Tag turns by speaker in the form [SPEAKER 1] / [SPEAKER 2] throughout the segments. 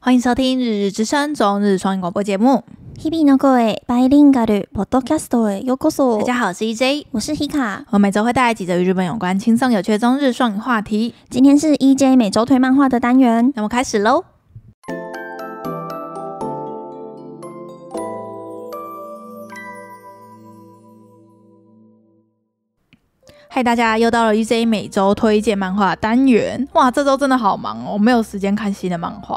[SPEAKER 1] 欢迎收听《日日之声》中日双语广播节目。
[SPEAKER 2] 日々の声バイリンガルポッドキャストへようこそ。
[SPEAKER 1] 大家好，我是 EJ，
[SPEAKER 2] 我是 Hika，
[SPEAKER 1] 我每周会带来几则与日本有关、轻松有趣的中日双语话题。
[SPEAKER 2] 今天是 EJ 每周推漫画的单元。
[SPEAKER 1] 那么开始喽。嗨，大家又到了 EJ 每周推荐漫画单元。哇，这周真的好忙哦，我没有时间看新的漫画，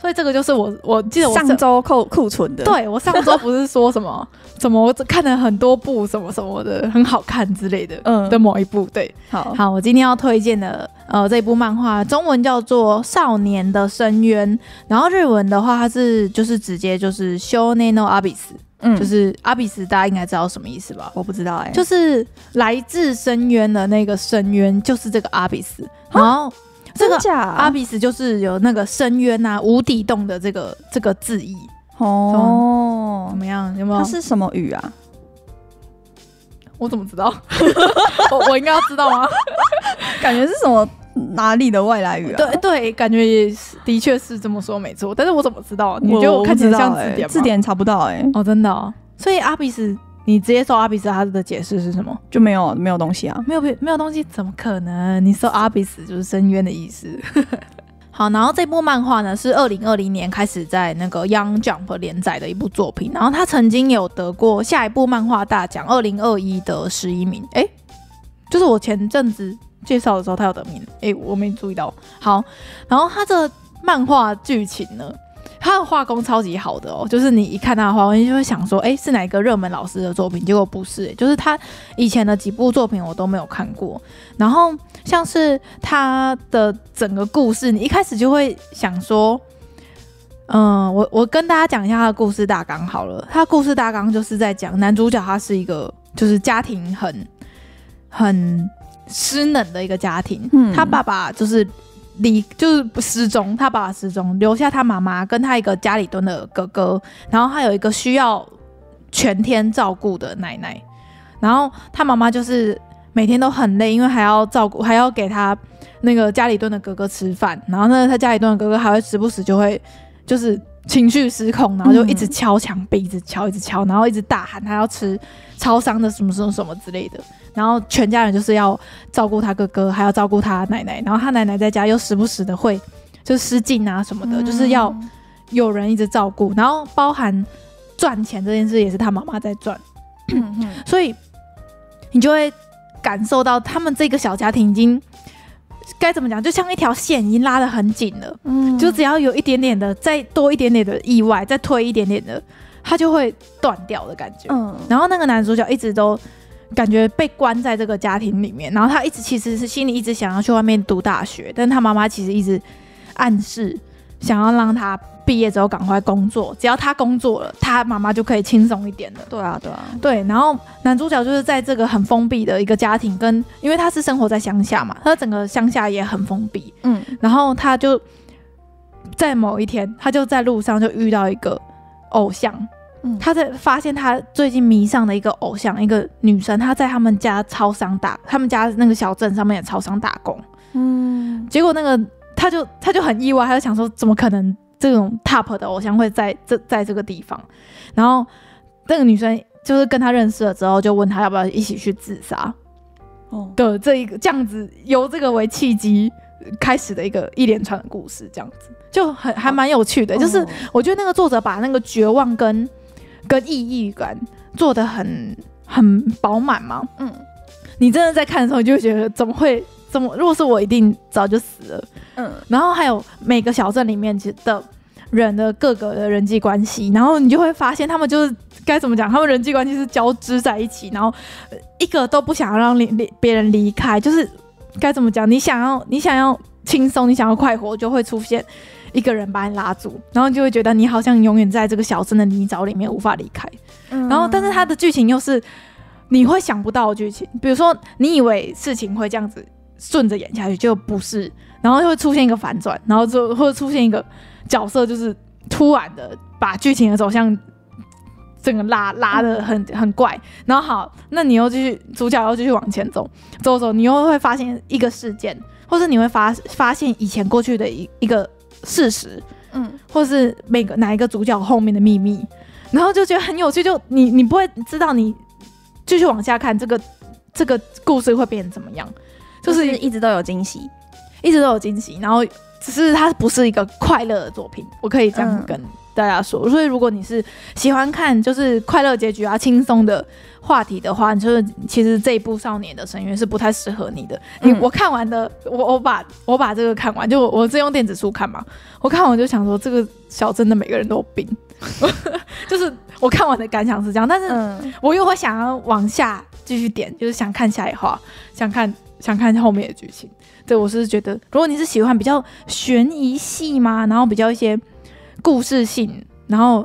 [SPEAKER 1] 所以这个就是我我记得我
[SPEAKER 2] 上周扣库存的，，
[SPEAKER 1] 对我上周不是说什么 怎么我只看了很多部什么什么的，很好看之类的、
[SPEAKER 2] 嗯
[SPEAKER 1] 的，某一部。对，
[SPEAKER 2] 好，
[SPEAKER 1] 好，我今天要推荐的呃这一部漫画，中文叫做《少年的深渊》，然后日文的话它是就是直接就是《少年のアビス》，
[SPEAKER 2] 嗯，
[SPEAKER 1] 就是阿比斯，大家应该知道什么意思吧？
[SPEAKER 2] 我不知道哎，
[SPEAKER 1] 就是是来自深渊的那个深渊，就是这个阿比斯，然后这个。啊
[SPEAKER 2] 假
[SPEAKER 1] 阿比斯就是有那个深渊呐、无底洞的这个这个字义，
[SPEAKER 2] 哦
[SPEAKER 1] 怎，么样？有没有
[SPEAKER 2] 它？是什么语啊？
[SPEAKER 1] 我怎么知道？ 我我应该要知道吗？
[SPEAKER 2] 感觉是什么哪里的外来语啊？
[SPEAKER 1] 对对，感觉也是，的确是这么说没错。但是我怎么知道？你觉得
[SPEAKER 2] 我
[SPEAKER 1] 我看起来像
[SPEAKER 2] 不知道
[SPEAKER 1] 字
[SPEAKER 2] 欸
[SPEAKER 1] 典吗？
[SPEAKER 2] 字典查不到哎，
[SPEAKER 1] 哦，真的哦。所以阿比斯，你直接搜阿比斯，他的解释是什么？
[SPEAKER 2] 就没有没有东西啊。
[SPEAKER 1] 没有别没有东西，怎么可能？你搜阿比斯就是深渊的意思。 好，然后这部漫画呢是二零二零年开始在那个 Young Jump 连载的一部作品，然后它曾经有得过下一部漫画大奖二零二一的十一名，诶，就是我前阵子介绍的时候它有得名，诶，我没注意到。好，然后它的漫画剧情呢，它的画工超级好的哦，就是你一看它的画工，你就会想说，诶，是哪一个热门老师的作品？结果不是、诶就是它以前的几部作品我都没有看过。然后像是他的整个故事，你一开始就会想说，嗯，我我跟大家讲一下他的故事大纲好了。他的故事大纲就是在讲男主角他是一个就是家庭很很失能的一个家庭，
[SPEAKER 2] 嗯
[SPEAKER 1] 他爸爸就是。离就是失踪，他爸爸失踪，留下他妈妈跟他一个家里蹲的哥哥，然后他有一个需要全天照顾的奶奶，然后他妈妈就是每天都很累，因为还要照顾，还要给他那个家里蹲的哥哥吃饭，然后呢，他家里蹲的哥哥还会时不时就会就是情绪失控，然后就一直敲墙壁，一直敲，一直敲，然后一直大喊他要吃超商的什么什么什么之类的，然后全家人就是要照顾他哥哥，还要照顾他奶奶，然后他奶奶在家又时不时的会就失禁啊什么的，就是要有人一直照顾，然后包含赚钱这件事也是他妈妈在赚。
[SPEAKER 2] 嗯，嗯
[SPEAKER 1] 所以你就会感受到他们这个小家庭已经该怎么讲，就像一条线已经拉得很紧了，
[SPEAKER 2] 嗯
[SPEAKER 1] 就只要有一点点的，再多一点点的意外，再推一点点的，它就会断掉的感觉。
[SPEAKER 2] 嗯，
[SPEAKER 1] 然后那个男主角一直都感觉被关在这个家庭里面，然后他一直其实是心里一直想要去外面读大学，但他妈妈其实一直暗示想要让他毕业之后赶快工作，只要他工作了，他妈妈就可以轻松一点了。
[SPEAKER 2] 对啊对啊，
[SPEAKER 1] 对，然后男主角就是在这个很封闭的一个家庭，跟因为他是生活在乡下嘛，他整个乡下也很封闭，
[SPEAKER 2] 嗯
[SPEAKER 1] 然后他就在某一天，他就在路上就遇到一个偶像，
[SPEAKER 2] 嗯
[SPEAKER 1] 他在发现他最近迷上的一个偶像，一个女生，她在他们家超商打，他们家那个小镇上面的超商打工，
[SPEAKER 2] 嗯
[SPEAKER 1] 结果那个他就他就很意外，他就想说，怎么可能这种 top 的偶像会在这在这个地方？然后那个女生就是跟他认识了之后，就问他要不要一起去自杀
[SPEAKER 2] 哦，
[SPEAKER 1] 的这一个这样子，由这个为契机开始的一个一连串的故事，这样子就很还蛮有趣
[SPEAKER 2] 哦
[SPEAKER 1] 的。就是我觉得那个作者把那个绝望跟跟抑郁感做的很很饱满嘛，
[SPEAKER 2] 嗯
[SPEAKER 1] 你真的在看的时候，你就会觉得怎么会怎么？如果是我，一定早就死了。
[SPEAKER 2] 嗯
[SPEAKER 1] 然后还有每个小镇里面其实的人的各个的人际关系，然后你就会发现他们就是该怎么讲，他们人际关系是交织在一起，然后呃一个都不想要让离离别人离开，就是该怎么讲，你想要你想要轻松，你想要快活，就会出现一个人把你拉住，然后你就会觉得你好像永远在这个小镇的泥沼里面无法离开。
[SPEAKER 2] 嗯
[SPEAKER 1] 然后，但是它的剧情又是你会想不到的剧情，比如说你以为事情会这样子顺着演下去，就不是，然后就会出现一个反转，然后就会出现一个角色就是突然的把剧情的走向整个拉拉的很很怪，然后好，那你又继续主角又继续往前走，走走，你又会发现一个事件，或是你会发发现以前过去的一一个事实，
[SPEAKER 2] 嗯
[SPEAKER 1] 或是每个哪一个主角后面的秘密，然后就觉得很有趣。就你你不会知道你继续往下看这个这个故事会变成怎么样，就
[SPEAKER 2] 就是
[SPEAKER 1] 是
[SPEAKER 2] 一直都有惊喜。
[SPEAKER 1] 一直都有惊喜，然后只是它不是一个快乐的作品，我可以这样
[SPEAKER 2] 嗯
[SPEAKER 1] 跟大家说。所以如果你是喜欢看就是快乐结局啊、轻松的话题的话，就是其实这一部《少年的深渊》是不太适合你的。你、
[SPEAKER 2] 嗯
[SPEAKER 1] 我看完的，我我把我把这个看完，就我我是用电子书看嘛，我看完就想说这个小镇的每个人都有病， 就是我看完的感想是这样，但是
[SPEAKER 2] 嗯，
[SPEAKER 1] 我又会想要往下继续点，就是想看下一话，想看想看后面的剧情。对我是觉得，如果你是喜欢比较悬疑系嘛，然后比较一些故事性，然后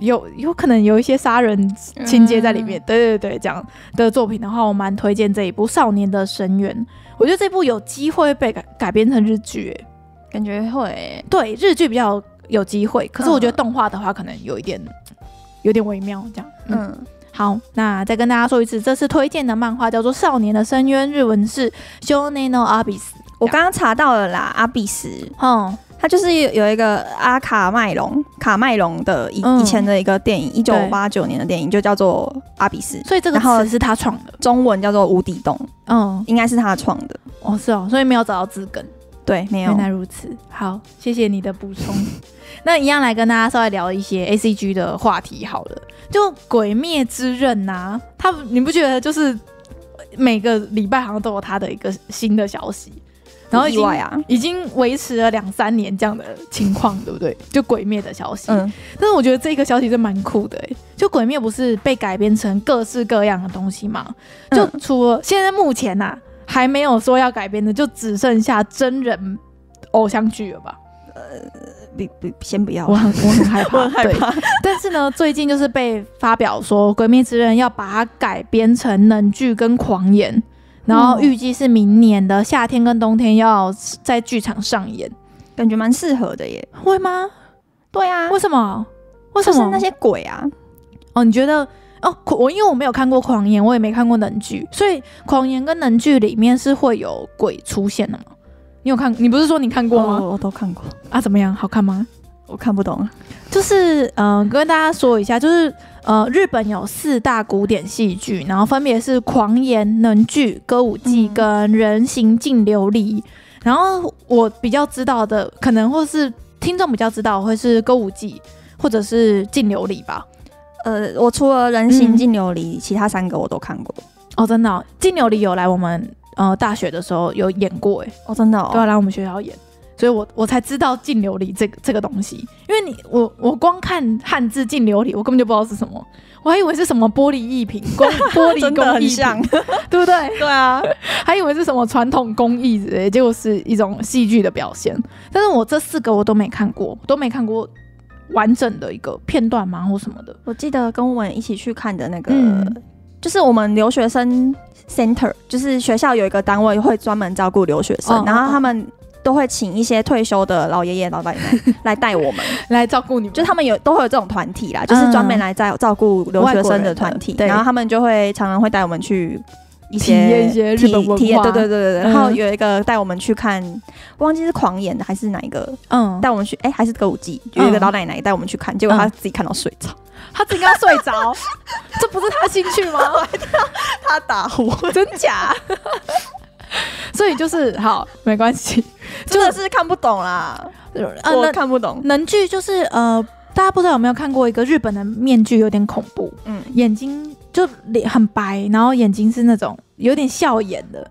[SPEAKER 1] 有有可能有一些杀人
[SPEAKER 2] 嗯
[SPEAKER 1] 情节在里面，对对对，这样的作品的话，我蛮推荐这一部《少年的深渊》。我觉得这部有机会被改改编成日剧、欸
[SPEAKER 2] 感觉会
[SPEAKER 1] 对日剧比较有机会，可是我觉得
[SPEAKER 2] 嗯
[SPEAKER 1] 动画的话，可能有一点有点微妙这样。嗯
[SPEAKER 2] 嗯
[SPEAKER 1] 好，那再跟大家说一次，这次推荐的漫画叫做《少年的深渊》，日文是《Shonen no Abyss》。
[SPEAKER 2] 我刚刚查到了啦，阿比斯，
[SPEAKER 1] 嗯，
[SPEAKER 2] 它就是有有一个阿卡麦隆，卡麦隆的以、
[SPEAKER 1] 嗯
[SPEAKER 2] 以前的一个电影，一九八九年的电影就叫做阿比斯，
[SPEAKER 1] 所以这个
[SPEAKER 2] 然后
[SPEAKER 1] 词是他创的。
[SPEAKER 2] 中文叫做无底洞，
[SPEAKER 1] 嗯，
[SPEAKER 2] 应该是他创的。
[SPEAKER 1] 哦是哦，所以没有找到字根。
[SPEAKER 2] 对，没有
[SPEAKER 1] 原，来如此，好，谢谢你的补充。 那一样来跟大家稍微聊一些 A C G 的话题好了，就《鬼灭之刃》呐、它你不觉得就是每个礼拜好像都有它的一个新的消息，然后已
[SPEAKER 2] 意
[SPEAKER 1] 经
[SPEAKER 2] 外啊，
[SPEAKER 1] 已经维持了两三年这样的情况，对不对？就《鬼灭》的消息，
[SPEAKER 2] 嗯，
[SPEAKER 1] 但是我觉得这个消息是蛮酷的、欸，就《鬼灭》不是被改编成各式各样的东西嘛？就
[SPEAKER 2] 嗯
[SPEAKER 1] 除了现在目前呐、还没有说要改编的，就只剩下真人偶像剧了吧？
[SPEAKER 2] 不不，先不要，
[SPEAKER 1] 我很我很害怕，
[SPEAKER 2] 哦 我很害
[SPEAKER 1] 对。
[SPEAKER 2] 怕。
[SPEAKER 1] 但是呢，最近就是被发表说，《鬼灭之刃》要把它改编成能剧跟狂言，然后
[SPEAKER 2] 嗯
[SPEAKER 1] 预计是明年的夏天跟冬天要在剧场上演，
[SPEAKER 2] 感觉蛮适合的耶。
[SPEAKER 1] 会吗？
[SPEAKER 2] 对啊
[SPEAKER 1] 为什么？为什
[SPEAKER 2] 就
[SPEAKER 1] 么
[SPEAKER 2] 是那些鬼啊，
[SPEAKER 1] 哦，你觉得哦，狂我因为我没有看过《狂言》，我也没看过能剧，所以《狂言》跟能剧里面是会有鬼出现的吗？你有看？你不是说你看过吗？
[SPEAKER 2] 哦我我都看过，
[SPEAKER 1] 啊，怎么样？好看吗？
[SPEAKER 2] 我看不懂。啊
[SPEAKER 1] 就是嗯、呃跟大家说一下，就是呃，日本有四大古典戏剧，然后分别是《狂言》、《能剧》、《歌舞伎》
[SPEAKER 2] 嗯
[SPEAKER 1] 跟《人形净琉璃》然后我比较知道的，可能或是听众比较知道，会是《歌舞伎》或者是《净琉璃》吧。
[SPEAKER 2] 呃，我除了人形
[SPEAKER 1] 嗯
[SPEAKER 2] 净琉璃，其他三个我都看过。
[SPEAKER 1] 哦，真的、哦，金牛里有来我们呃大学的时候有演过，哎、
[SPEAKER 2] 哦，真的哦
[SPEAKER 1] 都要来我们学校演，所以我我才知道金琉璃这个这个东西，因为你我我光看汉字金琉璃，我根本就不知道是什么，我还以为是什么玻璃艺 品，工玻璃
[SPEAKER 2] 真的
[SPEAKER 1] 工
[SPEAKER 2] 很
[SPEAKER 1] 艺品
[SPEAKER 2] 像，。
[SPEAKER 1] 对不对？
[SPEAKER 2] 对啊，
[SPEAKER 1] 还以为是什么传统工艺之类，结果是一种戏剧的表现。但是我这四个我都没看过，都没看过完整的一个片段吗或什么的。
[SPEAKER 2] 我记得跟我们一起去看的那个，
[SPEAKER 1] 嗯
[SPEAKER 2] 就是我们留学生 center，就是学校有一个单位会专门照顾留学生，
[SPEAKER 1] 哦
[SPEAKER 2] 然
[SPEAKER 1] 哦
[SPEAKER 2] 后
[SPEAKER 1] 哦
[SPEAKER 2] 他们都会请一些退休的老爷爷老奶
[SPEAKER 1] 哦
[SPEAKER 2] 奶来带我们，
[SPEAKER 1] 来照顾你们，
[SPEAKER 2] 就他们有都会有这种团体啦，就是专门来照照顾留学生的团体
[SPEAKER 1] 外，国人的对
[SPEAKER 2] 然后他们就会常常会带我们去。一些
[SPEAKER 1] 体验一些日本
[SPEAKER 2] 体
[SPEAKER 1] 文
[SPEAKER 2] 体验
[SPEAKER 1] 化
[SPEAKER 2] 对对对对对。
[SPEAKER 1] 嗯
[SPEAKER 2] 然后有一个带我们去看，忘记是狂言的还是哪一个，
[SPEAKER 1] 嗯，
[SPEAKER 2] 带我们去，哎、还是歌舞伎，有一个
[SPEAKER 1] 嗯
[SPEAKER 2] 老奶奶带我们去看，结果她自己看到睡着，
[SPEAKER 1] 他自己刚睡着， 这不是他兴趣吗？
[SPEAKER 2] 她打呼，
[SPEAKER 1] 真假？所以就是好，没关系。
[SPEAKER 2] 真的是看不懂啦，呃
[SPEAKER 1] 啊，
[SPEAKER 2] 我
[SPEAKER 1] 能
[SPEAKER 2] 看不懂。
[SPEAKER 1] 能剧就是呃，大家不知道有没有看过一个日本的面具，有点恐怖，
[SPEAKER 2] 嗯，
[SPEAKER 1] 眼睛就脸很白，然后眼睛是那种有点笑眼的。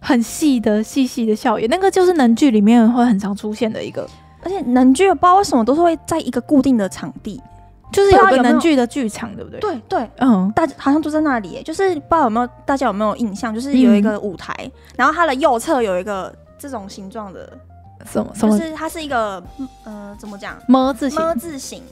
[SPEAKER 1] 很细的、细细的笑眼，那个就是能剧里面会很常出现的一个，
[SPEAKER 2] 而且能剧不知道为什么都是会在一个固定的场地，
[SPEAKER 1] 就是有
[SPEAKER 2] 不知道
[SPEAKER 1] 个
[SPEAKER 2] 有没有
[SPEAKER 1] 能剧的剧场，对不对？，
[SPEAKER 2] 对对，
[SPEAKER 1] 嗯，
[SPEAKER 2] 大家好像都在那里耶，就是不知道有没有大家有没有印象，就是有一个舞台，然后它的右侧有一个这种形状的，
[SPEAKER 1] 什么什
[SPEAKER 2] 就
[SPEAKER 1] 么
[SPEAKER 2] 是它是一个呃怎么讲
[SPEAKER 1] 么字形，
[SPEAKER 2] 么字形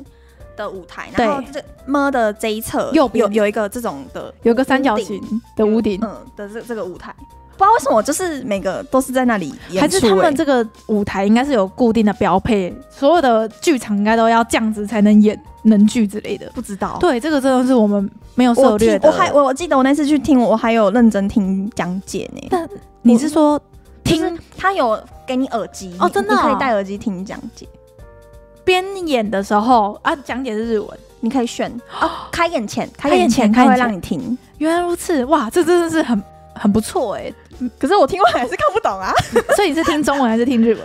[SPEAKER 2] 的舞台，
[SPEAKER 1] 对
[SPEAKER 2] 然后这么的这一侧
[SPEAKER 1] 右
[SPEAKER 2] 有
[SPEAKER 1] 边
[SPEAKER 2] 有有一个这种的
[SPEAKER 1] 有个三角形的屋顶，
[SPEAKER 2] 嗯的这这个舞台，不知道为什么就是每个都是在那里演出、
[SPEAKER 1] 还是他
[SPEAKER 2] 哎
[SPEAKER 1] 们这个舞台应该是有固定的标配，所有的剧场应该都要这样子才能演能剧之类的。
[SPEAKER 2] 不知道。
[SPEAKER 1] 对，这个真的是我们没有
[SPEAKER 2] 我
[SPEAKER 1] 涉猎
[SPEAKER 2] 听
[SPEAKER 1] 的。
[SPEAKER 2] 我还我我记得我那次去听，我还有认真听讲解呢。
[SPEAKER 1] 但你是说
[SPEAKER 2] 就
[SPEAKER 1] 听
[SPEAKER 2] 是他有给你耳机
[SPEAKER 1] 哦真的
[SPEAKER 2] 你可
[SPEAKER 1] 哦
[SPEAKER 2] 以戴耳机听讲解。
[SPEAKER 1] 边演的时候啊，讲解是日文。
[SPEAKER 2] 你可以选哦，开演前，开
[SPEAKER 1] 开演
[SPEAKER 2] 演前
[SPEAKER 1] 前
[SPEAKER 2] 他
[SPEAKER 1] 开
[SPEAKER 2] 会
[SPEAKER 1] 演前
[SPEAKER 2] 让你听，
[SPEAKER 1] 原来如此，哇，这真的是很很不错哎、
[SPEAKER 2] 可是我听完还是看不懂啊。
[SPEAKER 1] 所以你是听中文还是听日文？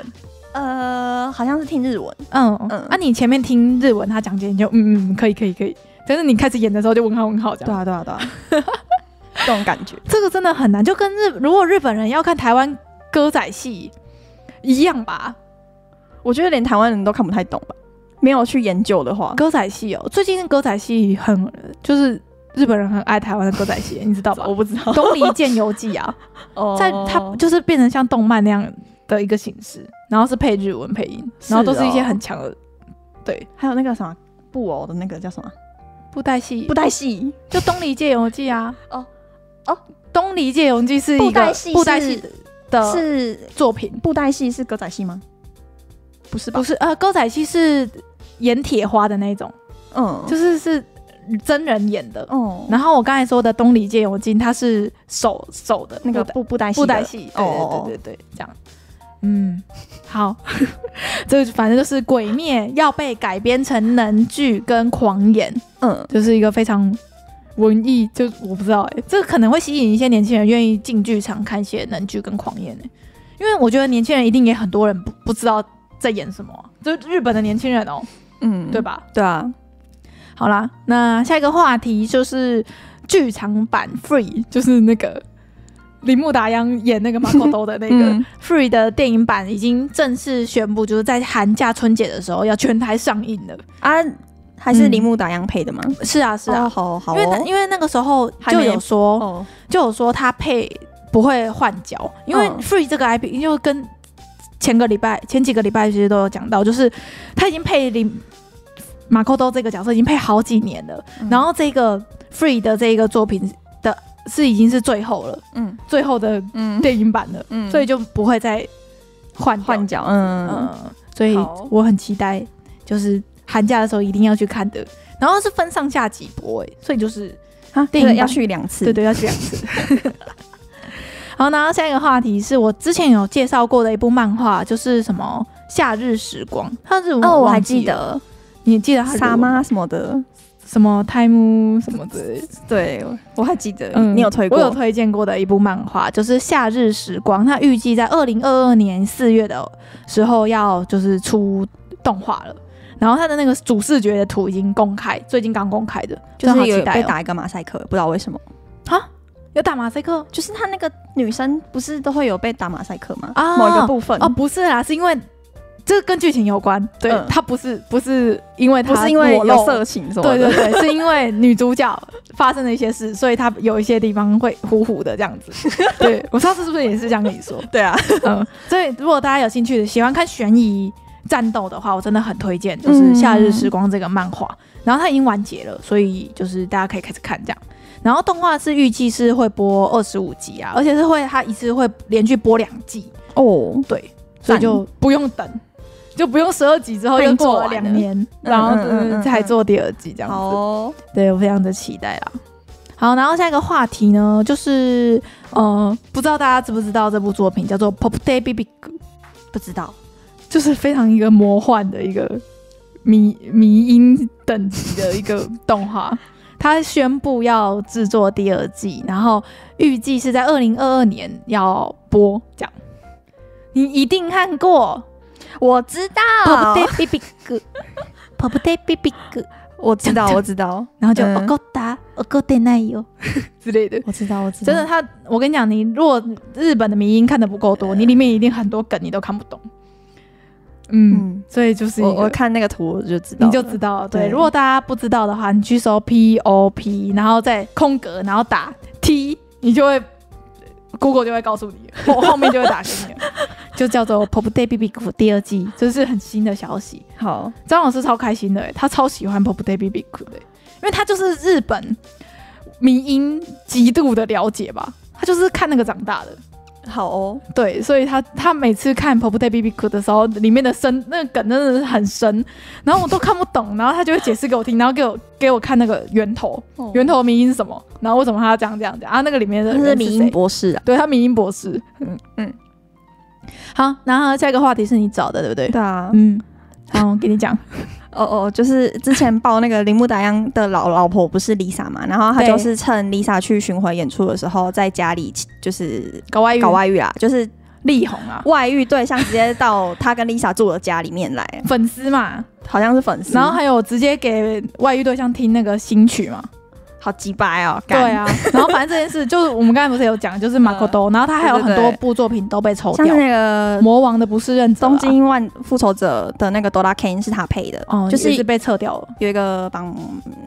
[SPEAKER 2] 呃，好像是听日文，
[SPEAKER 1] 嗯
[SPEAKER 2] 嗯
[SPEAKER 1] 啊，你前面听日文他讲解，你就嗯嗯可以可以可以，但是你开始演的时候就问号问号这样。
[SPEAKER 2] 啊，对啊，对啊，这种感觉。
[SPEAKER 1] 这个真的很难，就跟日如果日本人要看台湾歌仔戏一样吧。
[SPEAKER 2] 我觉得连台湾人都看不太懂吧，没有去研究的话，
[SPEAKER 1] 歌仔戏哦，最近歌仔戏很就是日本人很爱台湾的歌仔戏，你知 道吧？
[SPEAKER 2] 我不知道。
[SPEAKER 1] 东离剑游记啊，
[SPEAKER 2] 哦
[SPEAKER 1] 在它就是变成像动漫那样的一个形式，然后是配日文配音，
[SPEAKER 2] 是
[SPEAKER 1] 然后都是一些
[SPEAKER 2] 哦
[SPEAKER 1] 很强的
[SPEAKER 2] 还有那个什么布偶的那个叫什么
[SPEAKER 1] 布袋戏
[SPEAKER 2] 布，袋戏，
[SPEAKER 1] 就东离剑游记啊。
[SPEAKER 2] 哦哦，
[SPEAKER 1] 东离剑游记是一
[SPEAKER 2] 布袋
[SPEAKER 1] 个
[SPEAKER 2] 戏
[SPEAKER 1] 布袋
[SPEAKER 2] 是
[SPEAKER 1] 戏的
[SPEAKER 2] 是
[SPEAKER 1] 作品，
[SPEAKER 2] 布袋戏是歌仔戏吗？不是吧？
[SPEAKER 1] 不是呃歌仔戏是演铁花的那种。
[SPEAKER 2] 嗯，
[SPEAKER 1] 就是是是真人演的。
[SPEAKER 2] 哦，
[SPEAKER 1] 然后我刚才说的东离剑游记，它是手手的
[SPEAKER 2] 那个
[SPEAKER 1] 布袋
[SPEAKER 2] 布布袋戏的
[SPEAKER 1] 布袋，戏，对
[SPEAKER 2] 哦
[SPEAKER 1] 对对对对，这样。嗯，好， 这反正就是《鬼灭》要被改编成能剧跟狂言，
[SPEAKER 2] 嗯，
[SPEAKER 1] 就是一个非常文艺，就我不知道哎、这可能会吸引一些年轻人愿意进剧场看一些能剧跟狂言、欸、因为我觉得年轻人一定也很多人不不知道在演什么啊、就日本的年轻人哦、
[SPEAKER 2] 嗯，
[SPEAKER 1] 对？吧？
[SPEAKER 2] 对啊，
[SPEAKER 1] 好啦，那下一个话题就是剧场版 Free，就是那个铃木达央演那个马可多的那个
[SPEAKER 2] 嗯
[SPEAKER 1] Free 的电影版已经正式宣布，就是在寒假春节的时候要全台上映了。
[SPEAKER 2] 啊，还是
[SPEAKER 1] 嗯
[SPEAKER 2] 铃木达央配的吗？
[SPEAKER 1] 是啊，是啊，
[SPEAKER 2] 哦好好
[SPEAKER 1] 因为那
[SPEAKER 2] 哦，
[SPEAKER 1] 因为那个时候
[SPEAKER 2] 还
[SPEAKER 1] 就
[SPEAKER 2] 没
[SPEAKER 1] 有说，
[SPEAKER 2] 哦，
[SPEAKER 1] 就有说他配不会换角，因为
[SPEAKER 2] 嗯
[SPEAKER 1] Free 这个 IP 就跟前个礼拜前几个礼拜其实都有讲到，就是他已经配铃马可多这个角色已经配好几年了。
[SPEAKER 2] 嗯
[SPEAKER 1] 然后这个 Free 的这个作品的是已经是最后了，
[SPEAKER 2] 嗯
[SPEAKER 1] 最后的
[SPEAKER 2] 嗯
[SPEAKER 1] 电影版了，
[SPEAKER 2] 嗯
[SPEAKER 1] 所以就不会再换掉
[SPEAKER 2] 换，角，嗯
[SPEAKER 1] 嗯、所以
[SPEAKER 2] 好
[SPEAKER 1] 我很期待，就是寒假的时候一定要去看的。然后是分上下几波、欸，所以就是
[SPEAKER 2] 啊，
[SPEAKER 1] 电影
[SPEAKER 2] 对，要
[SPEAKER 1] 版
[SPEAKER 2] 去两次，
[SPEAKER 1] 对对要去两次。 好，然后下一个话题是我之前有介绍过的一部漫画，就是什么《夏日时光》，它是
[SPEAKER 2] 哦，我还记，得
[SPEAKER 1] 你记得它是
[SPEAKER 2] 傻妈什么的，
[SPEAKER 1] 什么 time 什么之类的。
[SPEAKER 2] 对我还记得，
[SPEAKER 1] 嗯
[SPEAKER 2] 你有推
[SPEAKER 1] 我有
[SPEAKER 2] 过，
[SPEAKER 1] 推荐过的一部漫画，就是《夏日时光》，它预计在二零二二年四月的时候要就是出动画了。然后它的那个主视觉的图已经公开，最近刚公开的，
[SPEAKER 2] 就
[SPEAKER 1] 真的
[SPEAKER 2] 是
[SPEAKER 1] 好
[SPEAKER 2] 有
[SPEAKER 1] 期待
[SPEAKER 2] 被
[SPEAKER 1] 哦
[SPEAKER 2] 打一个马赛克，不知道为什么，
[SPEAKER 1] 有打马赛克
[SPEAKER 2] 就是他那个女生不是都会有被打马赛克吗？
[SPEAKER 1] 啊
[SPEAKER 2] 某一个部分
[SPEAKER 1] 哦，不是啦，是因为这跟剧情有关，对，
[SPEAKER 2] 嗯
[SPEAKER 1] 它不是不是因为它
[SPEAKER 2] 不是因为
[SPEAKER 1] 裸露
[SPEAKER 2] 有色情什么
[SPEAKER 1] 对
[SPEAKER 2] 的，
[SPEAKER 1] 对对，是因为女主角发生了一些事，所以她有一些地方会糊糊的这样子。 对我上次是不是也是这样跟你说？
[SPEAKER 2] 对啊，
[SPEAKER 1] 嗯，所以如果大家有兴趣喜欢看悬疑战斗的话，我真的很推荐，就是《夏日时光》这个漫画。然后它已经完结了，所以就是大家可以开始看这样。然后动画是预计是会播二十五集啊，而且是会它一次会连续播两季，
[SPEAKER 2] 哦，
[SPEAKER 1] 对，所以就不用等，就不用十二集之后
[SPEAKER 2] 它已
[SPEAKER 1] 又
[SPEAKER 2] 经
[SPEAKER 1] 做了
[SPEAKER 2] 做
[SPEAKER 1] 嗯
[SPEAKER 2] 完了
[SPEAKER 1] 两年，然后
[SPEAKER 2] 嗯嗯嗯嗯
[SPEAKER 1] 才做第二季这样子。
[SPEAKER 2] 好哦，
[SPEAKER 1] 对我非常的期待啦。好，然后下一个话题呢，就是呃，不知道大家知不知道这部作品叫做《Pop Day Baby》，
[SPEAKER 2] 不知道，
[SPEAKER 1] 就是非常一个魔幻的一个迷迷音等级的一个动 画。它宣布要制作第二季，然后预计是在二零二二年要播。这样，你一定看过
[SPEAKER 2] 我知道，
[SPEAKER 1] 《Pop Day Baby》，Pop Day Baby》，
[SPEAKER 2] 我知道，我知道，
[SPEAKER 1] 然后就
[SPEAKER 2] 嗯
[SPEAKER 1] 我够打，我够得奈哟之类的。
[SPEAKER 2] 我知道，我知
[SPEAKER 1] 真的，他我跟你讲，你如果日本的迷音看的不够多，你里面一定很多梗你都看不懂。嗯，
[SPEAKER 2] 嗯，
[SPEAKER 1] 所以就是一
[SPEAKER 2] 我
[SPEAKER 1] 个
[SPEAKER 2] 我看那个图我就知道，
[SPEAKER 1] 你就知。道了。对，
[SPEAKER 2] 对
[SPEAKER 1] 如果大家不知道的话，你去搜 P O P，然后再空格，然后打 T，你就会 Google 就会告诉你，后后面就会打给 你了，就叫做《Pop Day Baby》第二季，这是很新的消息。
[SPEAKER 2] 好，
[SPEAKER 1] 张老师超开心的、欸，他超喜欢 Pop Day Baby 的、欸因为他就是日本迷音极度的了解吧，他就是看那个长大的，
[SPEAKER 2] 好哦，
[SPEAKER 1] 对，所以他他每次看 Pop Day Baby 的时候，里面的深那个梗真的是很深，然后我都看不懂，然后他就会解释给我听，然后给我给我看那个源头，
[SPEAKER 2] 哦
[SPEAKER 1] 源头迷音是什么，然后为什么他要这样这样讲啊，那个里面的
[SPEAKER 2] 他
[SPEAKER 1] 人
[SPEAKER 2] 是
[SPEAKER 1] 是
[SPEAKER 2] 民
[SPEAKER 1] 谁
[SPEAKER 2] 音博士啊，
[SPEAKER 1] 对他迷音博士，嗯嗯
[SPEAKER 2] 嗯，
[SPEAKER 1] 好，然后下一个话题是你找的对不对？嗯
[SPEAKER 2] 对啊，
[SPEAKER 1] 嗯，好，我给你讲，
[SPEAKER 2] 哦哦，就是之前报那个铃木达央的老老婆不是 Lisa 嘛，然后她
[SPEAKER 1] 对
[SPEAKER 2] 就是趁 Lisa 去巡回演出的时候，在家里就是
[SPEAKER 1] 搞外遇，
[SPEAKER 2] 搞外遇啦，就是
[SPEAKER 1] 力宏啊，
[SPEAKER 2] 外遇对象直接到她跟 Lisa 住的家里面来，啊
[SPEAKER 1] 粉丝嘛，
[SPEAKER 2] 好像是粉丝，
[SPEAKER 1] 然后还有直接给外遇对象听那个新曲嘛，
[SPEAKER 2] 好鸡掰哦，
[SPEAKER 1] 对
[SPEAKER 2] 干，
[SPEAKER 1] 啊，然后反正这件事就是我们刚才不是有讲，就是马可多，然后他还有很多部作品都被抽
[SPEAKER 2] 像
[SPEAKER 1] 掉
[SPEAKER 2] 是，那个
[SPEAKER 1] 魔王的不是认
[SPEAKER 2] 《
[SPEAKER 1] 真啊
[SPEAKER 2] 东京万复仇者》的那个 Dora Kane 是他配的，
[SPEAKER 1] 哦，
[SPEAKER 2] 就
[SPEAKER 1] 就是是被撤掉了，
[SPEAKER 2] 有一个绑，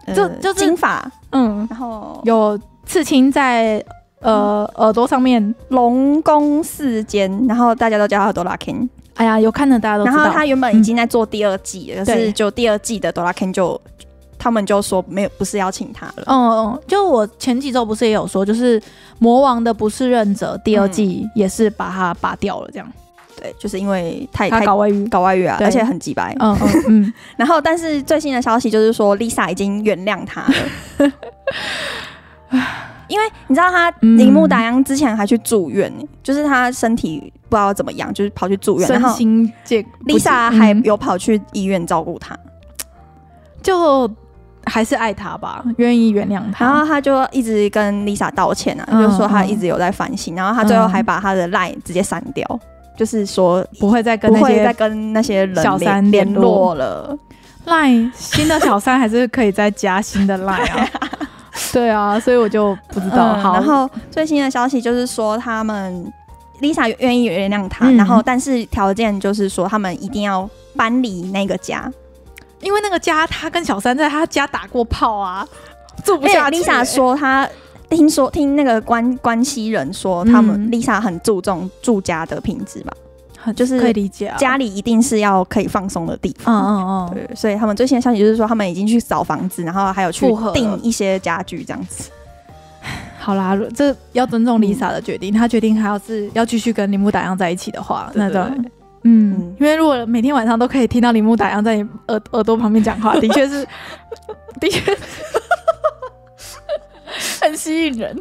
[SPEAKER 2] 呃
[SPEAKER 1] 就就是
[SPEAKER 2] 金发，
[SPEAKER 1] 嗯，
[SPEAKER 2] 然后
[SPEAKER 1] 有刺青在呃
[SPEAKER 2] 嗯
[SPEAKER 1] 耳朵上面，
[SPEAKER 2] 龙宫四间，然后大家都叫他 Dora Kane。
[SPEAKER 1] 哎呀，有看的大家都
[SPEAKER 2] 然
[SPEAKER 1] 知
[SPEAKER 2] 后
[SPEAKER 1] 道，
[SPEAKER 2] 他原本已经在做第二季了，可
[SPEAKER 1] 对
[SPEAKER 2] 是就第二季的 Dora Ken 就他们就说没有不是邀请他了，
[SPEAKER 1] 嗯，嗯，就我前几周不是也有说，就是《魔王的不是忍者》第二
[SPEAKER 2] 嗯
[SPEAKER 1] 季也是把它拔掉了，这样
[SPEAKER 2] 对，就是因为太
[SPEAKER 1] 他
[SPEAKER 2] 太
[SPEAKER 1] 搞外遇。
[SPEAKER 2] 搞外遇啊，
[SPEAKER 1] 对
[SPEAKER 2] 而且很鸡掰。
[SPEAKER 1] 嗯嗯 嗯，
[SPEAKER 2] 然后但是最新的消息就是说 Lisa 已经原谅他了， 因为你知道他
[SPEAKER 1] 嗯
[SPEAKER 2] 铃木达央之前还去住院呢，就是他身体不知道怎么样，就是跑去住院，然
[SPEAKER 1] 身
[SPEAKER 2] 后
[SPEAKER 1] 心界
[SPEAKER 2] Lisa
[SPEAKER 1] 嗯
[SPEAKER 2] 还有跑去医院照顾他，
[SPEAKER 1] 就还是爱他吧，愿意原谅
[SPEAKER 2] 然
[SPEAKER 1] 他。
[SPEAKER 2] 后他就一直跟 Lisa 道歉啊，
[SPEAKER 1] 嗯
[SPEAKER 2] 就说他一直有在反省，然后他最后还把他的 line 直接删掉，就是说
[SPEAKER 1] 不会再跟
[SPEAKER 2] 不
[SPEAKER 1] 那
[SPEAKER 2] 会再
[SPEAKER 1] 些
[SPEAKER 2] 跟那些人联
[SPEAKER 1] 小三
[SPEAKER 2] 联
[SPEAKER 1] 联络
[SPEAKER 2] 络了。
[SPEAKER 1] line 新的小三还是可以再加新的 line 啊，对啊，所以我就不知道。
[SPEAKER 2] 嗯
[SPEAKER 1] 好，
[SPEAKER 2] 然后最新的消息就是说他们 Lisa 愿意原谅他，
[SPEAKER 1] 嗯
[SPEAKER 2] 然后但是条件就是说他们一定要搬离那个家，
[SPEAKER 1] 因为那个家他跟小三在他家打过炮啊，住不
[SPEAKER 2] 而且
[SPEAKER 1] 下去、
[SPEAKER 2] 啊 Lisa 说她听说听那个关关西人说，他们、
[SPEAKER 1] 嗯
[SPEAKER 2] Lisa 很注重住家的品质吧，
[SPEAKER 1] 哎很
[SPEAKER 2] 就是
[SPEAKER 1] 可以理解啊，
[SPEAKER 2] 家里一定是要可以放松的地
[SPEAKER 1] 嗯
[SPEAKER 2] 方。
[SPEAKER 1] 嗯嗯，
[SPEAKER 2] 对，所以他们最新的消息就是说，他们已经去找房子，然后还有去
[SPEAKER 1] 复合了
[SPEAKER 2] 订一些家具这样 子。
[SPEAKER 1] 好啦，如这要尊重 Lisa 的决定，她决定还要是要继续跟铃木达央在一起的话，
[SPEAKER 2] 对
[SPEAKER 1] 那
[SPEAKER 2] 对
[SPEAKER 1] 当
[SPEAKER 2] 对
[SPEAKER 1] 然，嗯，
[SPEAKER 2] 嗯
[SPEAKER 1] 因为如果每天晚上都可以听到铃木达央在你耳耳朵旁边讲话，的 确是，的确是很吸引人。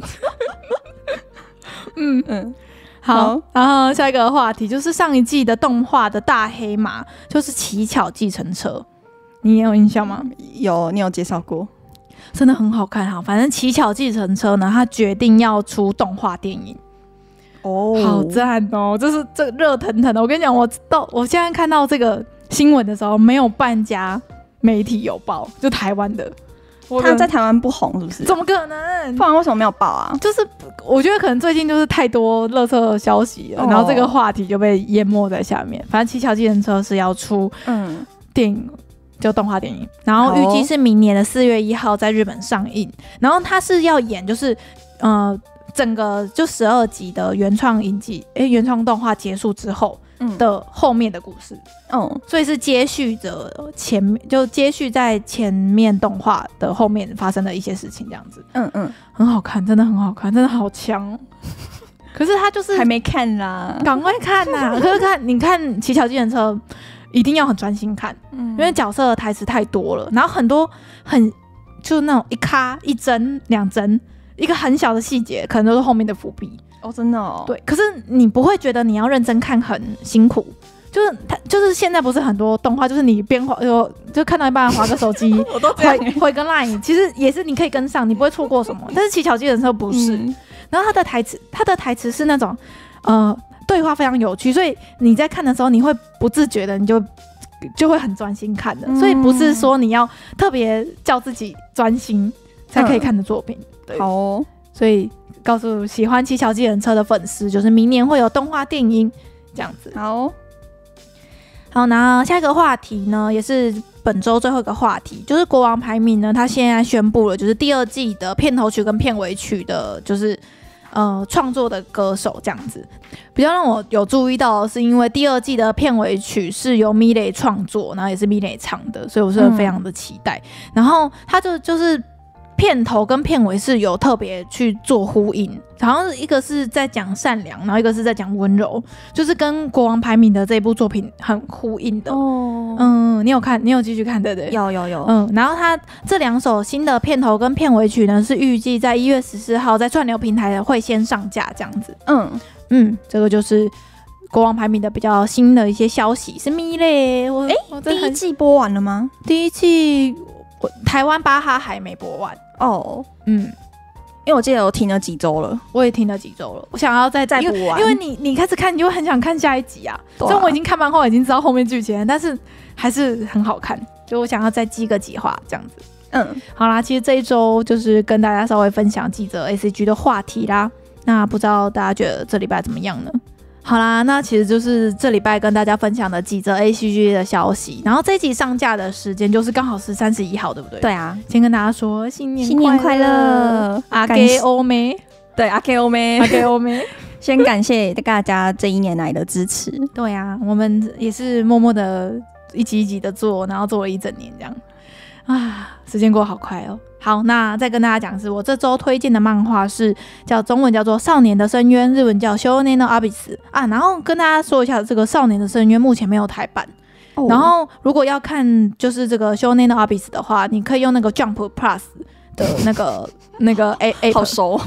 [SPEAKER 1] 嗯，
[SPEAKER 2] 嗯，
[SPEAKER 1] 好
[SPEAKER 2] 好，
[SPEAKER 1] 然后下一个话题就是上一季的动画的大黑马，就是《乞巧计程车》，你有印象吗？
[SPEAKER 2] 嗯有你有介绍过，
[SPEAKER 1] 真的很好看哈。反正《乞巧计程车》呢，它决定要出动画电影。
[SPEAKER 2] 哦
[SPEAKER 1] 好赞哦！这是这热腾腾的。我跟你讲，我到我现在看到这个新闻的时候，没有半家媒体有报，就台湾的。我
[SPEAKER 2] 他在台湾不红是不是？
[SPEAKER 1] 怎么可能
[SPEAKER 2] 不？然为什么没有报啊？
[SPEAKER 1] 就是我觉得可能最近就是太多乐色消息了，
[SPEAKER 2] 哦
[SPEAKER 1] 然后这个话题就被淹没在下面。反正《七巧计程车》是要出
[SPEAKER 2] 嗯，
[SPEAKER 1] 电影，就动画电影，然后
[SPEAKER 2] 好
[SPEAKER 1] 预计是明年的四月一号在日本上映。然后它是要演就是呃整个就十二集的原创影集，诶，原创动画结束之后
[SPEAKER 2] 嗯
[SPEAKER 1] 的后面的故事，
[SPEAKER 2] 嗯，
[SPEAKER 1] 所以是接续着前面就接续在前面动画的后面发生的一些事情，这样子
[SPEAKER 2] 嗯嗯，
[SPEAKER 1] 很好看，真的很好看，真的好强哦。 可是它就是
[SPEAKER 2] 还没看啦。
[SPEAKER 1] 赶快看呐、 可是看你看《骑小计程车》，一定要很专心看。
[SPEAKER 2] 嗯，
[SPEAKER 1] 因为角色的台词太多了，然后很多很就那种一咔一帧两帧，一个很小的细节，可能都是后面的伏笔。
[SPEAKER 2] 哦，真的哦，，。
[SPEAKER 1] 对，可是你不会觉得你要认真看很辛苦，就是它就是现在不是很多动画，就是你边滑就就看到一半滑个手 机
[SPEAKER 2] 我都这样
[SPEAKER 1] 回回跟 line，其实也是你可以跟上，你不会错过什么。但是《乞巧计程车》不是，
[SPEAKER 2] 嗯
[SPEAKER 1] 然后他的台词，他的台词是那种，呃，对话非常有趣，所以你在看的时候，你会不自觉的，你就就会很专心看的。
[SPEAKER 2] 嗯
[SPEAKER 1] 所以不是说你要特别叫自己专心才可以看的作品。对
[SPEAKER 2] 好哦，
[SPEAKER 1] 所以告诉喜欢《七巧计程车》的粉丝，就是明年会有动画电影这样子。
[SPEAKER 2] 好哦，
[SPEAKER 1] 好，那下一个话题呢，也是本周最后一个话题，就是国王排名呢，他现在宣布了，就是第二季的片头曲跟片尾曲的，就是呃创作的歌手这样子。比较让我有注意到，的是因为第二季的片尾曲是由 m i l e 创作，然后也是 m i l e 唱的，所以我是非常的期待。然后他就就是。片头跟片尾是有特别去做呼应，好像是一个是在讲善良，然后一个是在讲温柔，就是跟《国王排名》的这部作品很呼应的。
[SPEAKER 2] 哦，
[SPEAKER 1] 嗯，你有看，你有继续看，对不对？。
[SPEAKER 2] 有有有，
[SPEAKER 1] 嗯，然后它这两首新的片头跟片尾曲呢，是预计在一月十四号在串流平台会先上架，这样子。
[SPEAKER 2] 嗯，
[SPEAKER 1] 嗯，这个就是国王排名的比较新的一些消息，是咪嘞？我
[SPEAKER 2] 诶
[SPEAKER 1] 我真的
[SPEAKER 2] 第一
[SPEAKER 1] 很
[SPEAKER 2] 季播完了吗？
[SPEAKER 1] 第一季，我台湾巴哈还没播完，
[SPEAKER 2] 哦，
[SPEAKER 1] 嗯，
[SPEAKER 2] 因为我记得我停了几周了，
[SPEAKER 1] 我也听了几周了，我想要再
[SPEAKER 2] 再
[SPEAKER 1] 因为
[SPEAKER 2] 补完
[SPEAKER 1] 因为你你开始看，你就会很想看下一集啊。
[SPEAKER 2] 对啊
[SPEAKER 1] 虽然我已经看漫画，已经知道后面剧情了，但是还是很好看，就我想要再记个几话这样子。
[SPEAKER 2] 嗯，
[SPEAKER 1] 好啦，其实这一周就是跟大家稍微分享记者 A C G 的话题啦。那不知道大家觉得这礼拜怎么样呢？好啦，那其实就是这礼拜跟大家分享的记者 A C G 的消息。然后这一集上架的时间就是刚好是三十一号，对不对？。
[SPEAKER 2] 对啊，
[SPEAKER 1] 先跟大家说新年
[SPEAKER 2] 新年快乐
[SPEAKER 1] 阿
[SPEAKER 2] 感谢
[SPEAKER 1] 给欧美，
[SPEAKER 2] 对阿 K O 妹
[SPEAKER 1] 阿，给欧美。
[SPEAKER 2] 先感谢大家这一年来的支持，
[SPEAKER 1] 对呀、我们也是默默的一集一集的做，然后做了一整年这样啊，时间过好快哦。好，那再跟大家讲的是，我这周推荐的漫画是叫中文叫做《少年的深渊》，日文叫《s h o n e n no Abyss》啊。然后跟大家说一下，这个《少年的深渊》目前没有台版。
[SPEAKER 2] 哦
[SPEAKER 1] 然后如果要看就是这个《s h o n e n no Abyss》的话，你可以用那个 Jump Plus 的那个那个 A A
[SPEAKER 2] 好熟，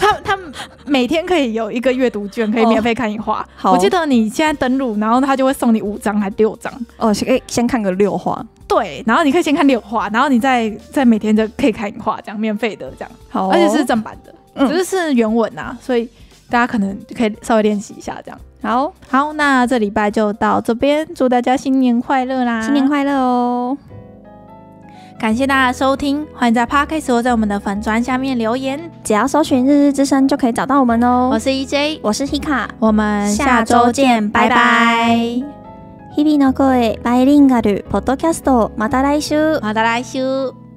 [SPEAKER 1] 他他们每天可以有一个阅读券，可以
[SPEAKER 2] 哦
[SPEAKER 1] 免费看一画。
[SPEAKER 2] 好
[SPEAKER 1] 我记得你现在登录，然后他就会送你五张还六张。
[SPEAKER 2] 哦，先可以先看个六话，
[SPEAKER 1] 对，然后你可以先看六画，然后你再再每天就可以看一画，这样免费的这样，
[SPEAKER 2] 好哦，
[SPEAKER 1] 而且是正版的，
[SPEAKER 2] 嗯
[SPEAKER 1] 只是是原文啊，所以大家可能可以稍微练习一下这样。
[SPEAKER 2] 好，
[SPEAKER 1] 好，那这礼拜就到这边，祝大家新年快乐啦！
[SPEAKER 2] 新年快乐哦，
[SPEAKER 1] 感谢大家的收听，欢迎在 Podcast 或在我们的粉砖下面留言。
[SPEAKER 2] 只要搜寻“日日之声”就可以找到我们哦。
[SPEAKER 1] 我是 EJ，
[SPEAKER 2] 我是 Hika，
[SPEAKER 1] 我们下周见，拜拜。。
[SPEAKER 2] 日々の声バイリンガルポッドキャストまた来週。
[SPEAKER 1] また来週。